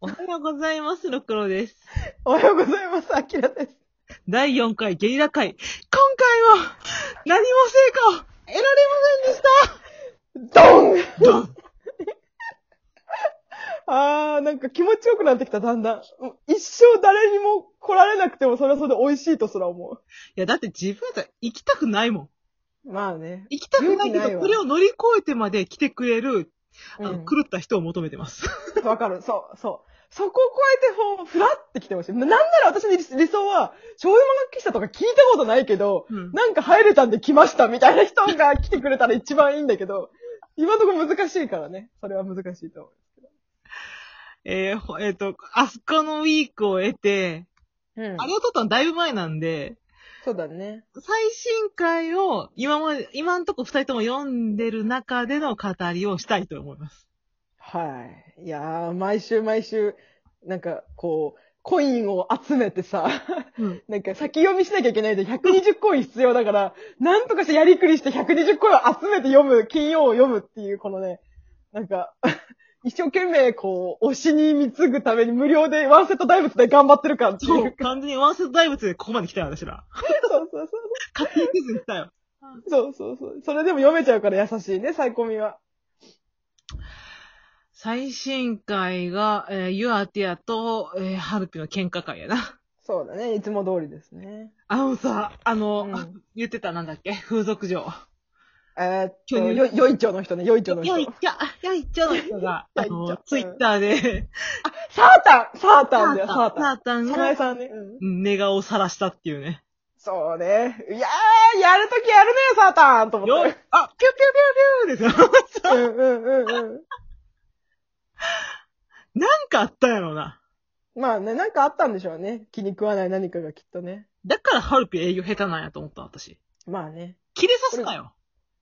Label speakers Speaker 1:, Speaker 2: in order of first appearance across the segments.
Speaker 1: おはようございます、ろくろです。
Speaker 2: おはようございます、あきらです。
Speaker 1: 第4回ゲリラ会。今回も、何も成果を得られ
Speaker 2: ドン
Speaker 1: ませんでしたドン
Speaker 2: あー、なんか気持ちよくなってきた、だんだん。うん一生誰にも来られなくても、それはそれで美味しいとすら思
Speaker 1: いや、だって自分だったら行きたくないもん。
Speaker 2: う。まあね。
Speaker 1: 行きたくないけ
Speaker 2: 勇気ない
Speaker 1: ど、
Speaker 2: わ
Speaker 1: これを乗り越えてまで来てくれる、あの、
Speaker 2: うん
Speaker 1: 狂った人を求めてます。
Speaker 2: わかる。そう、そう。そこを超えて、ほう、ふらって来てほしい。ななんなら私の理理想は、醤油物喫茶とか聞いたことないけど、
Speaker 1: うん
Speaker 2: なんか入れたんで来ましたみたいな人が来てくれたら一番いいんだけど、今のところ難しいからね。それは難しいと思
Speaker 1: えーほえっ、と、アスカのウィークを得て、
Speaker 2: う。うん
Speaker 1: あれを撮ったのだいぶ前なんで、
Speaker 2: そうだね。
Speaker 1: 最新回を今まで、今んとこ二人とも読んでる中での語りをしたいと思います。
Speaker 2: はい。いやー、毎週毎週、なんか、こう、コインを集めてさ、
Speaker 1: うん
Speaker 2: なんか先読みしなきゃいけないで120コイン必要だから、なんとかしてやりくりして120コインを集めて読む、金曜を読むっていう、このね、なんか、 一生懸命こう、推しに貢ぐために無料でワンセット大仏で頑張ってるからってい
Speaker 1: そう、
Speaker 2: う。
Speaker 1: 完全にワンセット大仏でここまで来たよ、私ら。
Speaker 2: そうそう
Speaker 1: 勝手にせずに来たよ。
Speaker 2: そう。そうそうそう。それでも読めちゃうから優しいね、サイコミは。
Speaker 1: 最新回が、えーユアティアと、えーハルピの喧嘩会やな。
Speaker 2: そうだね、いつも通りですね。
Speaker 1: あのさ、あの、
Speaker 2: うん
Speaker 1: あ言ってたなんだっけ風俗嬢。
Speaker 2: えーっと、
Speaker 1: 今日
Speaker 2: よ、よいちょの人ね、よいちょの人。
Speaker 1: よいちょ、よいちょの人が、あ
Speaker 2: よ
Speaker 1: の
Speaker 2: いちょ、
Speaker 1: ツイッターで、
Speaker 2: サータンサータンだよ、サー
Speaker 1: サ
Speaker 2: タン。
Speaker 1: ータン
Speaker 2: サナエ
Speaker 1: が、
Speaker 2: さんね。うん
Speaker 1: 寝顔を晒したっていうね。
Speaker 2: そうね。いやー、やるときやるねよ、サータンと思
Speaker 1: よ
Speaker 2: っ
Speaker 1: い、あ、ピュピュピュピュですよ。
Speaker 2: て。うんうんうんう
Speaker 1: なんかあったやろな。
Speaker 2: ん。まあね、なんかあったんでしょうね。気に食わない何かがきっとね。
Speaker 1: だからハルピ営業下手なんやと思った、私。
Speaker 2: まあね。
Speaker 1: 切れさすなよ。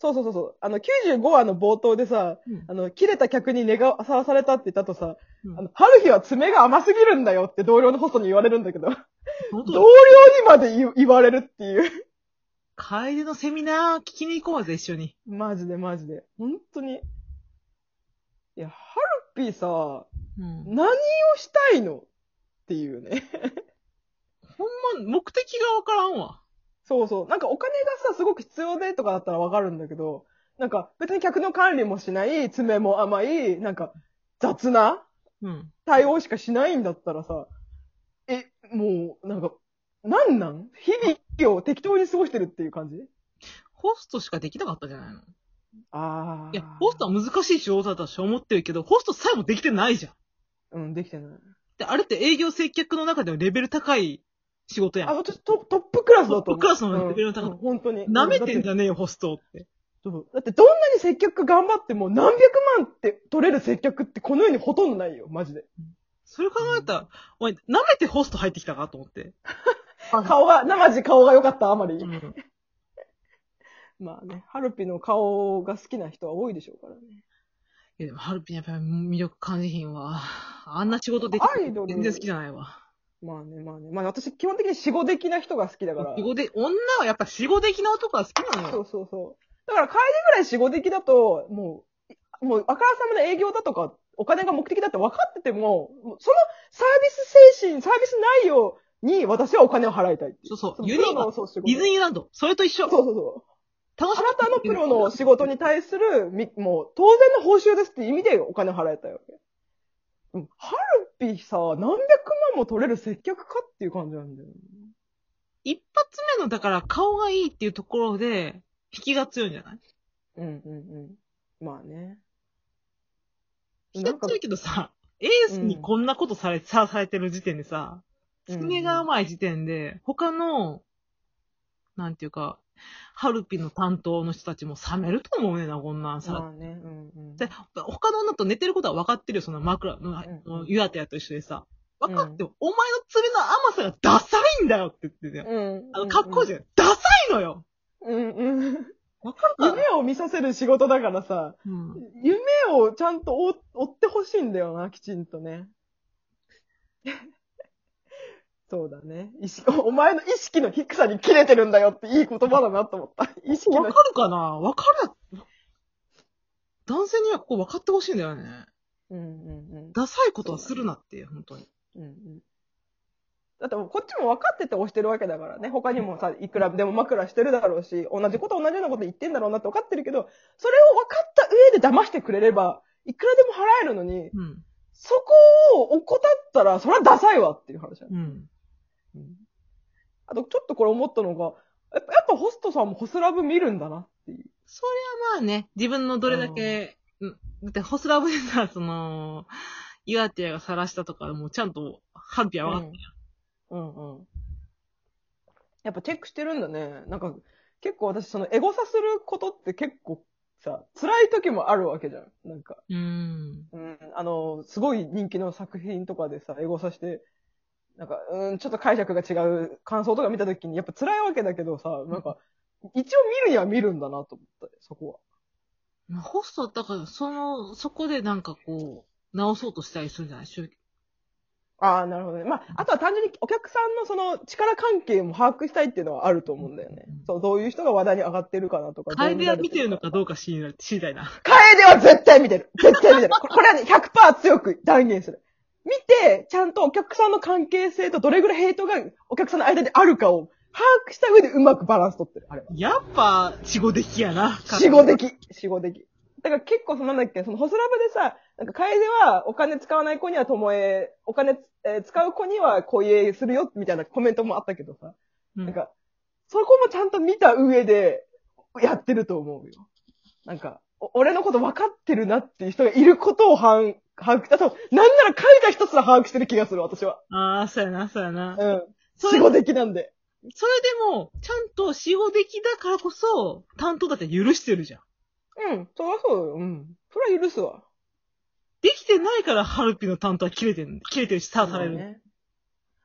Speaker 2: そうそうそうそう。あの、95話の冒頭でさ、
Speaker 1: うん
Speaker 2: あの、切れた客に寝がさらされたって言ったとさ、
Speaker 1: うん
Speaker 2: あの、春日は爪が甘すぎるんだよって同僚のホストに言われるんだけど、
Speaker 1: 本当
Speaker 2: 同僚
Speaker 1: だ
Speaker 2: にまで言言われるっていう。
Speaker 1: カエデのセミナー聞きに行こうぜ、一緒に。
Speaker 2: マジでマジで。本当に。いや、ハルピーさ、
Speaker 1: うん
Speaker 2: 何をしたいのっていうね。
Speaker 1: ほんま、目的がわからんわ。
Speaker 2: そうそう。なんかお金がさ、すごく必要でとかだったらわかるんだけど、なんか別に客の管理もしない、爪も甘い、なんか雑な
Speaker 1: うん。
Speaker 2: 対応しかしないんだったらさ、え、もう、なんか、なんなん日々を適当に過ごしてるっていう感じ
Speaker 1: ホストしかできなかったじゃないの。
Speaker 2: ああ。
Speaker 1: いや、ホストは難しい仕事だと私は思ってるけど、ホストさえもできてないじゃん。
Speaker 2: うん、できてない。
Speaker 1: で、あれって営業接客の中でもレベル高い仕事や
Speaker 2: あ、
Speaker 1: ん。
Speaker 2: 私トトップクラスだと思う。
Speaker 1: トップクラスのレベルの高さ
Speaker 2: うんうん本当に。
Speaker 1: 舐めてんじ
Speaker 2: だ
Speaker 1: ゃねえよ、ホストって。
Speaker 2: ってそうだってどんなに接客頑張っても何百万って取れる接客ってこの世にほとんどないよ、マジで。
Speaker 1: それ考えたら、お前、舐めてホスト入ってきたかと思って。
Speaker 2: 顔が、生地顔が良かった、あまり。
Speaker 1: うん。
Speaker 2: まあね、ハルピの顔が好きな人は多いでしょうからね。
Speaker 1: いや、でも、ハルピンやっぱり魅力感じひんわ。あんな仕事でき
Speaker 2: アイドル
Speaker 1: 全然好きじゃないわ。
Speaker 2: まあね、まあね。まあ私、基本的に死後的な人が好きだから。
Speaker 1: 死後で、女はやっぱ死後的な男が好きなの
Speaker 2: そ
Speaker 1: よ。
Speaker 2: うそうそう。だから、帰りぐらい死後的だと、もう、もう、あからさまな営業だとか、お金が目的だって分かってても、もうそのサービス精神、サービス内容に私はお金を払いたいってい
Speaker 1: そうそう
Speaker 2: の
Speaker 1: ユニバ
Speaker 2: プロのそう仕事
Speaker 1: ディズニーランド、それと一緒。
Speaker 2: そうそうそう。
Speaker 1: 楽し
Speaker 2: あ
Speaker 1: み
Speaker 2: なたのプロの仕事に対する、みもう、当然の報酬ですって意味でお金払えたよ。うんハルピさ、何百万も取れる接客かっていう感じなんだよね。
Speaker 1: 一発目の、だから顔がいいっていうところで、引きが強いんじゃない
Speaker 2: うんうんうん。まあね。
Speaker 1: 引きが強いけどさ、エースにこんなことされ、さされてる時点でさ、
Speaker 2: うん
Speaker 1: 付け根が甘い時点で、他の、なんていうか、ハルピの担当の人たちも冷めると思うねんな、こんなん
Speaker 2: ま
Speaker 1: さ。
Speaker 2: あね、うんうん。
Speaker 1: で他の女と寝てることは分かってるよ、その枕、うん
Speaker 2: うん
Speaker 1: ユアテヤと一緒でさ。分かっても、お前の爪の甘さがダサいんだよって言ってたよ。
Speaker 2: うん。
Speaker 1: あの、格好じ
Speaker 2: ゃん。
Speaker 1: ゃん。ダサいのよ
Speaker 2: うんうん。
Speaker 1: わかるかな
Speaker 2: 夢を見させる仕事だからさ、
Speaker 1: うん
Speaker 2: 夢をちゃんと追追ってほしいんだよな、きちんとね。 そうだね。意識、 お前の意識の低さに切れてるんだよっていい言葉だなと 思った。意識
Speaker 1: わ
Speaker 2: の
Speaker 1: か
Speaker 2: 低
Speaker 1: るかなわかる。男性にはここ分かってほしいんだよね。
Speaker 2: うんうん
Speaker 1: ダサいことはするなって、本当に。
Speaker 2: うん。うんうんだってもうこっちも分かってて押してるわけだからね。他にもさ、いくらでも枕してるだろうし、同じこと同じようなこと言ってんだろうなって分かってるけど、それを分かった上で騙してくれれば、いくらでも払えるのに、
Speaker 1: うん。
Speaker 2: そこを怠ったら、それはダサいわっていう話だね
Speaker 1: うん。
Speaker 2: あと、ちょっとこれ思ったのが、やっぱやっぱホストさんもホスラブ見るんだなっていう。
Speaker 1: そりゃまあね、自分のどれだけ、うんだってホスラブでさ、その、岩手が晒したとか、もうちゃんと反否は分かってる
Speaker 2: うんうん。やっぱチェックしてるんだね。なんか、結構私、そのエゴサすることって結構さ、辛い時もあるわけじゃん。なんか、
Speaker 1: やん。うん。
Speaker 2: うん、あの、すごい人気の作品とかでさ、エゴサして、なんか、うん、ちょっと解釈が違う感想とか見た時に、やっぱ辛いわけだけどさ、なんか、一応見るには見るんだなと思った、そこは。
Speaker 1: まあホスト、だから、その、そこでなんかこう、直そうとしたりするんじゃない宗教
Speaker 2: ああ、なるほどね。まあ、あとは単純にお客さんのその力関係も把握したいっていうのはあると思うんだよね。
Speaker 1: うん
Speaker 2: そう、どういう人が話題に上がってるかなとか。
Speaker 1: 楓は見てるのか
Speaker 2: う
Speaker 1: どうか知りな知りたいな。
Speaker 2: カエデは絶対見てる絶対見てるこれこれはね、100%強く断言する。見て、ちゃんとお客さんの関係性とどれぐらいヘイトがお客さんの間であるかを把握した上でうまくバランス取ってる、あれは。
Speaker 1: やっぱ、死後的やな。
Speaker 2: 死後。的。死後的。だから結構そのなんだっけ、そのホスラブでさ、なんか楓はお金使わない子にはともえ、お金つ、えー使う子には恋えするよ、みたいなコメントもあったけどさ、
Speaker 1: うん
Speaker 2: なんか、そこもちゃんと見た上でやってると思うよ。なんか、お俺のこと分かってるなっていう人がいることを把握、把握、あと、なんなら書いた人すら把握してる気がする、私は。
Speaker 1: ああ、そうやな、そうやな
Speaker 2: う。ん。
Speaker 1: それ
Speaker 2: 死後的なんで。
Speaker 1: それでも、ちゃんと死後的だからこそ、担当だって許してるじゃん。
Speaker 2: うん、そりゃそうよ。うん。そりゃ許すわ。
Speaker 1: できてないから、ハルピの担当は切れてる、切れてるし、さらされる。
Speaker 2: ね。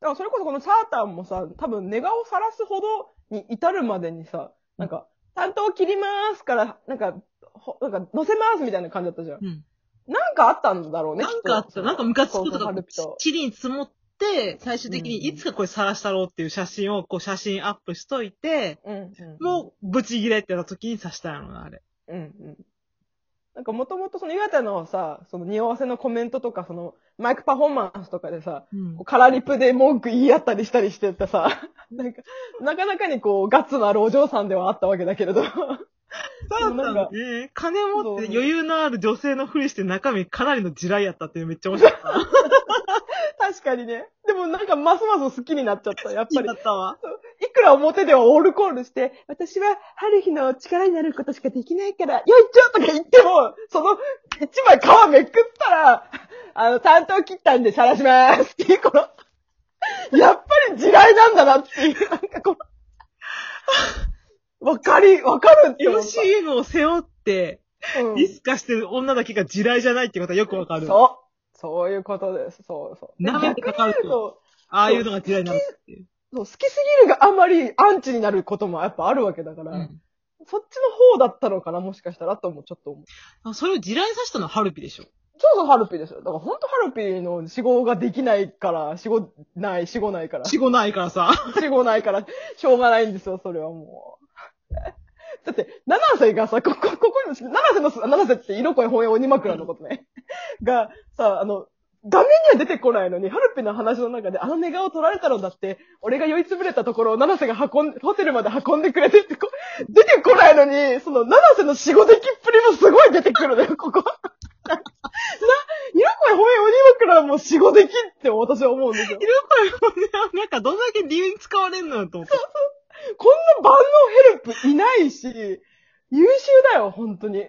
Speaker 2: だからそれこそこのサータンもさ、多分寝顔さらすほどに至るまでにさ、なんか、担当切りまーすから、なんか、ほなんか、乗せまーすみたいな感じだったじゃん。
Speaker 1: うん。
Speaker 2: なんかあったんだろうね、
Speaker 1: なんかあった。なんかムカつくとか
Speaker 2: ハル、ピと。
Speaker 1: チリに積もって、最終的にいつかこれ晒したろうっていう写真を、こう写真アップしといて、
Speaker 2: うん、うん。
Speaker 1: もう、ブチギレってなった時に刺したんやろな、あれ。
Speaker 2: うん、うん。なんかもともとその岩手のさ、その匂わせのコメントとか、そのマイクパフォーマンスとかでさ、
Speaker 1: うん
Speaker 2: こうカラリプで文句言い合ったりしたりしてたさ、 なんか、なかなかにこう、ガッツのあるお嬢さんではあったわけだけれど。
Speaker 1: そうだったのね。金持って余裕のある女性のふりして中身かなりの地雷やったっていうのめっちゃ面白かった。好
Speaker 2: 確かにね。でもなんかますます好きになっちゃった、やっぱ
Speaker 1: き
Speaker 2: り
Speaker 1: だ。ったわ。
Speaker 2: いくら表ではオールコールして、私は春日の力になることしかできないから、よいちょとか言っても、その一枚皮めくったら、あの、担当切ったんで晒しますっていう、この、やっぱり地雷なんだなっていう、なんかこの、わかり、わかるって思った
Speaker 1: MCM を背負って、
Speaker 2: うん
Speaker 1: リスカしてる女だけが地雷じゃないってことはよくわかる。う。
Speaker 2: そう。そういうことです。そうそう。
Speaker 1: 舐めてかかる
Speaker 2: 逆に言う
Speaker 1: と、ああいうのが地雷になるっていう。
Speaker 2: そう、好きすぎるがあまりアンチになることもやっぱあるわけだから、
Speaker 1: うん
Speaker 2: そっちの方だったのかな、もしかしたらともちょっと思う。
Speaker 1: あそれを地雷に刺したのはハルピでしょ。
Speaker 2: そうそう、ハルピーですよ。だから本当ハルピーの死後ができないから、死後ない、死後ないから、
Speaker 1: 死後ないからさ。
Speaker 2: 死後ないから、しょうがないんですよ、それはもう。だって、七瀬がさ、ここ、ここに、七瀬のす、七瀬って色恋本屋鬼枕のことね。が、さ、あの、画面には出てこないのに、ハルピの話の中で、あの寝顔を取られたのだって、俺が酔いつぶれたところを七瀬が運ん、ホテルまで運んでくれてって、こ出てこないのに、その七瀬の死後的っぷりもすごい出てくるのよ、ここ。な、色恋本屋鬼枕も死後的って私は思うんですよ
Speaker 1: い。るからもうねなんかどんだけ理由に使われんのよと思って。
Speaker 2: こんな万能ヘルプいないし、優秀だよ、本当に。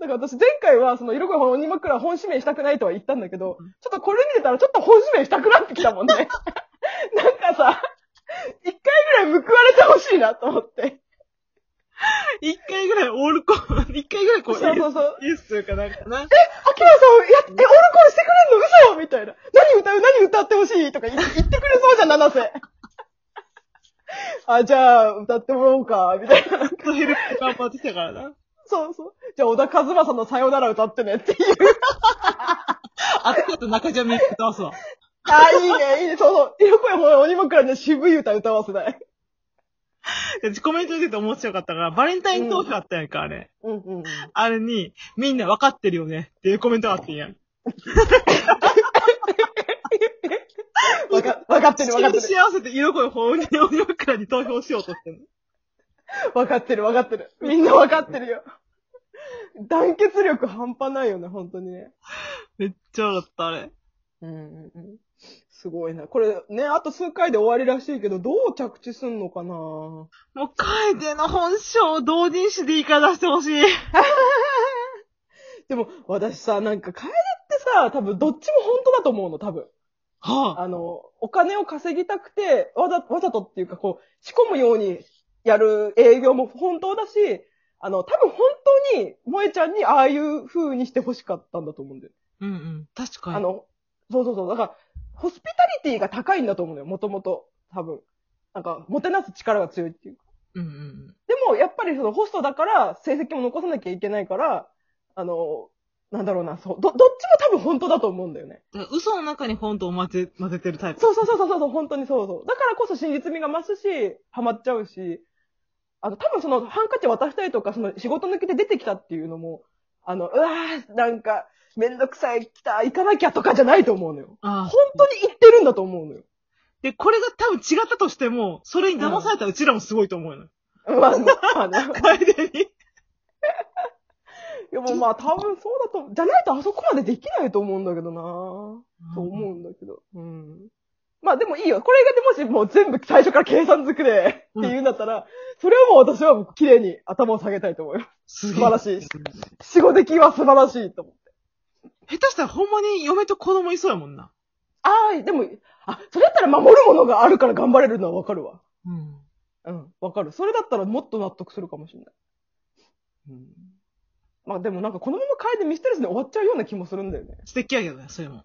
Speaker 2: だから私前回は、その、色恋鬼枕本指名したくないとは言ったんだけど、ちょっとこれ見てたらちょっと本指名したくなってきたもんね。 なんかさ、一回ぐらい報われてほしいなと思って。
Speaker 1: 一回ぐらいオールコール、一回ぐらいこう、
Speaker 2: そうそうそう。
Speaker 1: イエスというかなんかな。
Speaker 2: 秋葉さん、や、え、オルコンしてくれんの嘘みたいな。何歌う何歌ってほしいとか言言ってくれそうじゃん、七瀬。あ、じゃあ、歌ってもらおうか、みたいな。
Speaker 1: ずっとヘルプ頑張ってきたからな。
Speaker 2: そうそう。じゃあ、小田和正のさよなら歌ってねっていう。
Speaker 1: あとと中島みゆき歌わすわ。
Speaker 2: あ、いいね、いいね、そうそう。色恋ほら鬼枕で渋い歌歌わせない。
Speaker 1: でコメント出て面白かったから、バレンタイン投票あったやんか、あれ。
Speaker 2: うんうん。
Speaker 1: あれに、みんな分かってるよねっていうコメントがあってんやん。
Speaker 2: わか、わかってるわかって
Speaker 1: 幸
Speaker 2: る。
Speaker 1: せって色恋放任をよくらに投票しようとしてる。
Speaker 2: わかってるわかってる。みんなわかってるよ。団結力半端ないよね、本当にね。
Speaker 1: めっちゃ笑った、あれ。
Speaker 2: うんうんうん。すごいな。これね、あと数回で終わりらしいけど、どう着地すんのかな
Speaker 1: もう、楓の本性を同人誌でいいから出してほしい。
Speaker 2: でも、私さ、なんか、楓ってさ、多分、どっちも本当だと思うの、多分。
Speaker 1: はあ、
Speaker 2: あの、お金を稼ぎたくて、わざ、わざとっていうか、こう、仕込むようにやる営業も本当だし、あの、多分本当に、萌ちゃんにああいう風にして欲しかったんだと思うんだよ。
Speaker 1: うんうん。確かに。
Speaker 2: あの、そうそうそう。だから、ホスピタリティが高いんだと思うのよ、もともと。多分。なんか、もてなす力が強いっていうか。
Speaker 1: うんうん
Speaker 2: でも、やっぱりそのホストだから、成績も残さなきゃいけないから、あの、なんだろうな、そう、ど、どっちも多分本当だと思うんだよね。
Speaker 1: うん。だから嘘の中に本当を混ぜ、混ぜてるタイプ。
Speaker 2: そうそうそうそうそう、本当にそうそう。だからこそ真実味が増すし、ハマっちゃうし、あの、多分その、ハンカチ渡したりとか、その、仕事抜きで出てきたっていうのも、あの、うわーなんか、めんどくさい、来た、行かなきゃとかじゃないと思うのよ。
Speaker 1: ああ
Speaker 2: 本当に行ってるんだと思うのよ。
Speaker 1: で、これが多分違ったとしても、それに騙されたうちらもすごいと思うよ。
Speaker 2: まあ、まあね。
Speaker 1: 楓に。
Speaker 2: でもまあ、多分そうだと、じゃないとあそこまでできないと思うんだけどなと思うんだけど。うん。まあでもいいよ。これがでもしもう全部最初から計算づくで、
Speaker 1: うん
Speaker 2: って言うんだったら、それはもう私はもう綺麗に頭を下げたいと思うよ。
Speaker 1: す
Speaker 2: 素晴らしい死後的は素晴らしいと思う。
Speaker 1: 下手したらほんまに嫁と子供いそうやもんな。
Speaker 2: ああ、でも、あ、それだったら守るものがあるから頑張れるのはわかるわ。
Speaker 1: うん。
Speaker 2: うん、わかる。それだったらもっと納得するかもしれない。うん。まあでもなんかこのまま変えてミステリアスで終わっちゃうような気もするんだよね。
Speaker 1: 素敵やけどね、それも。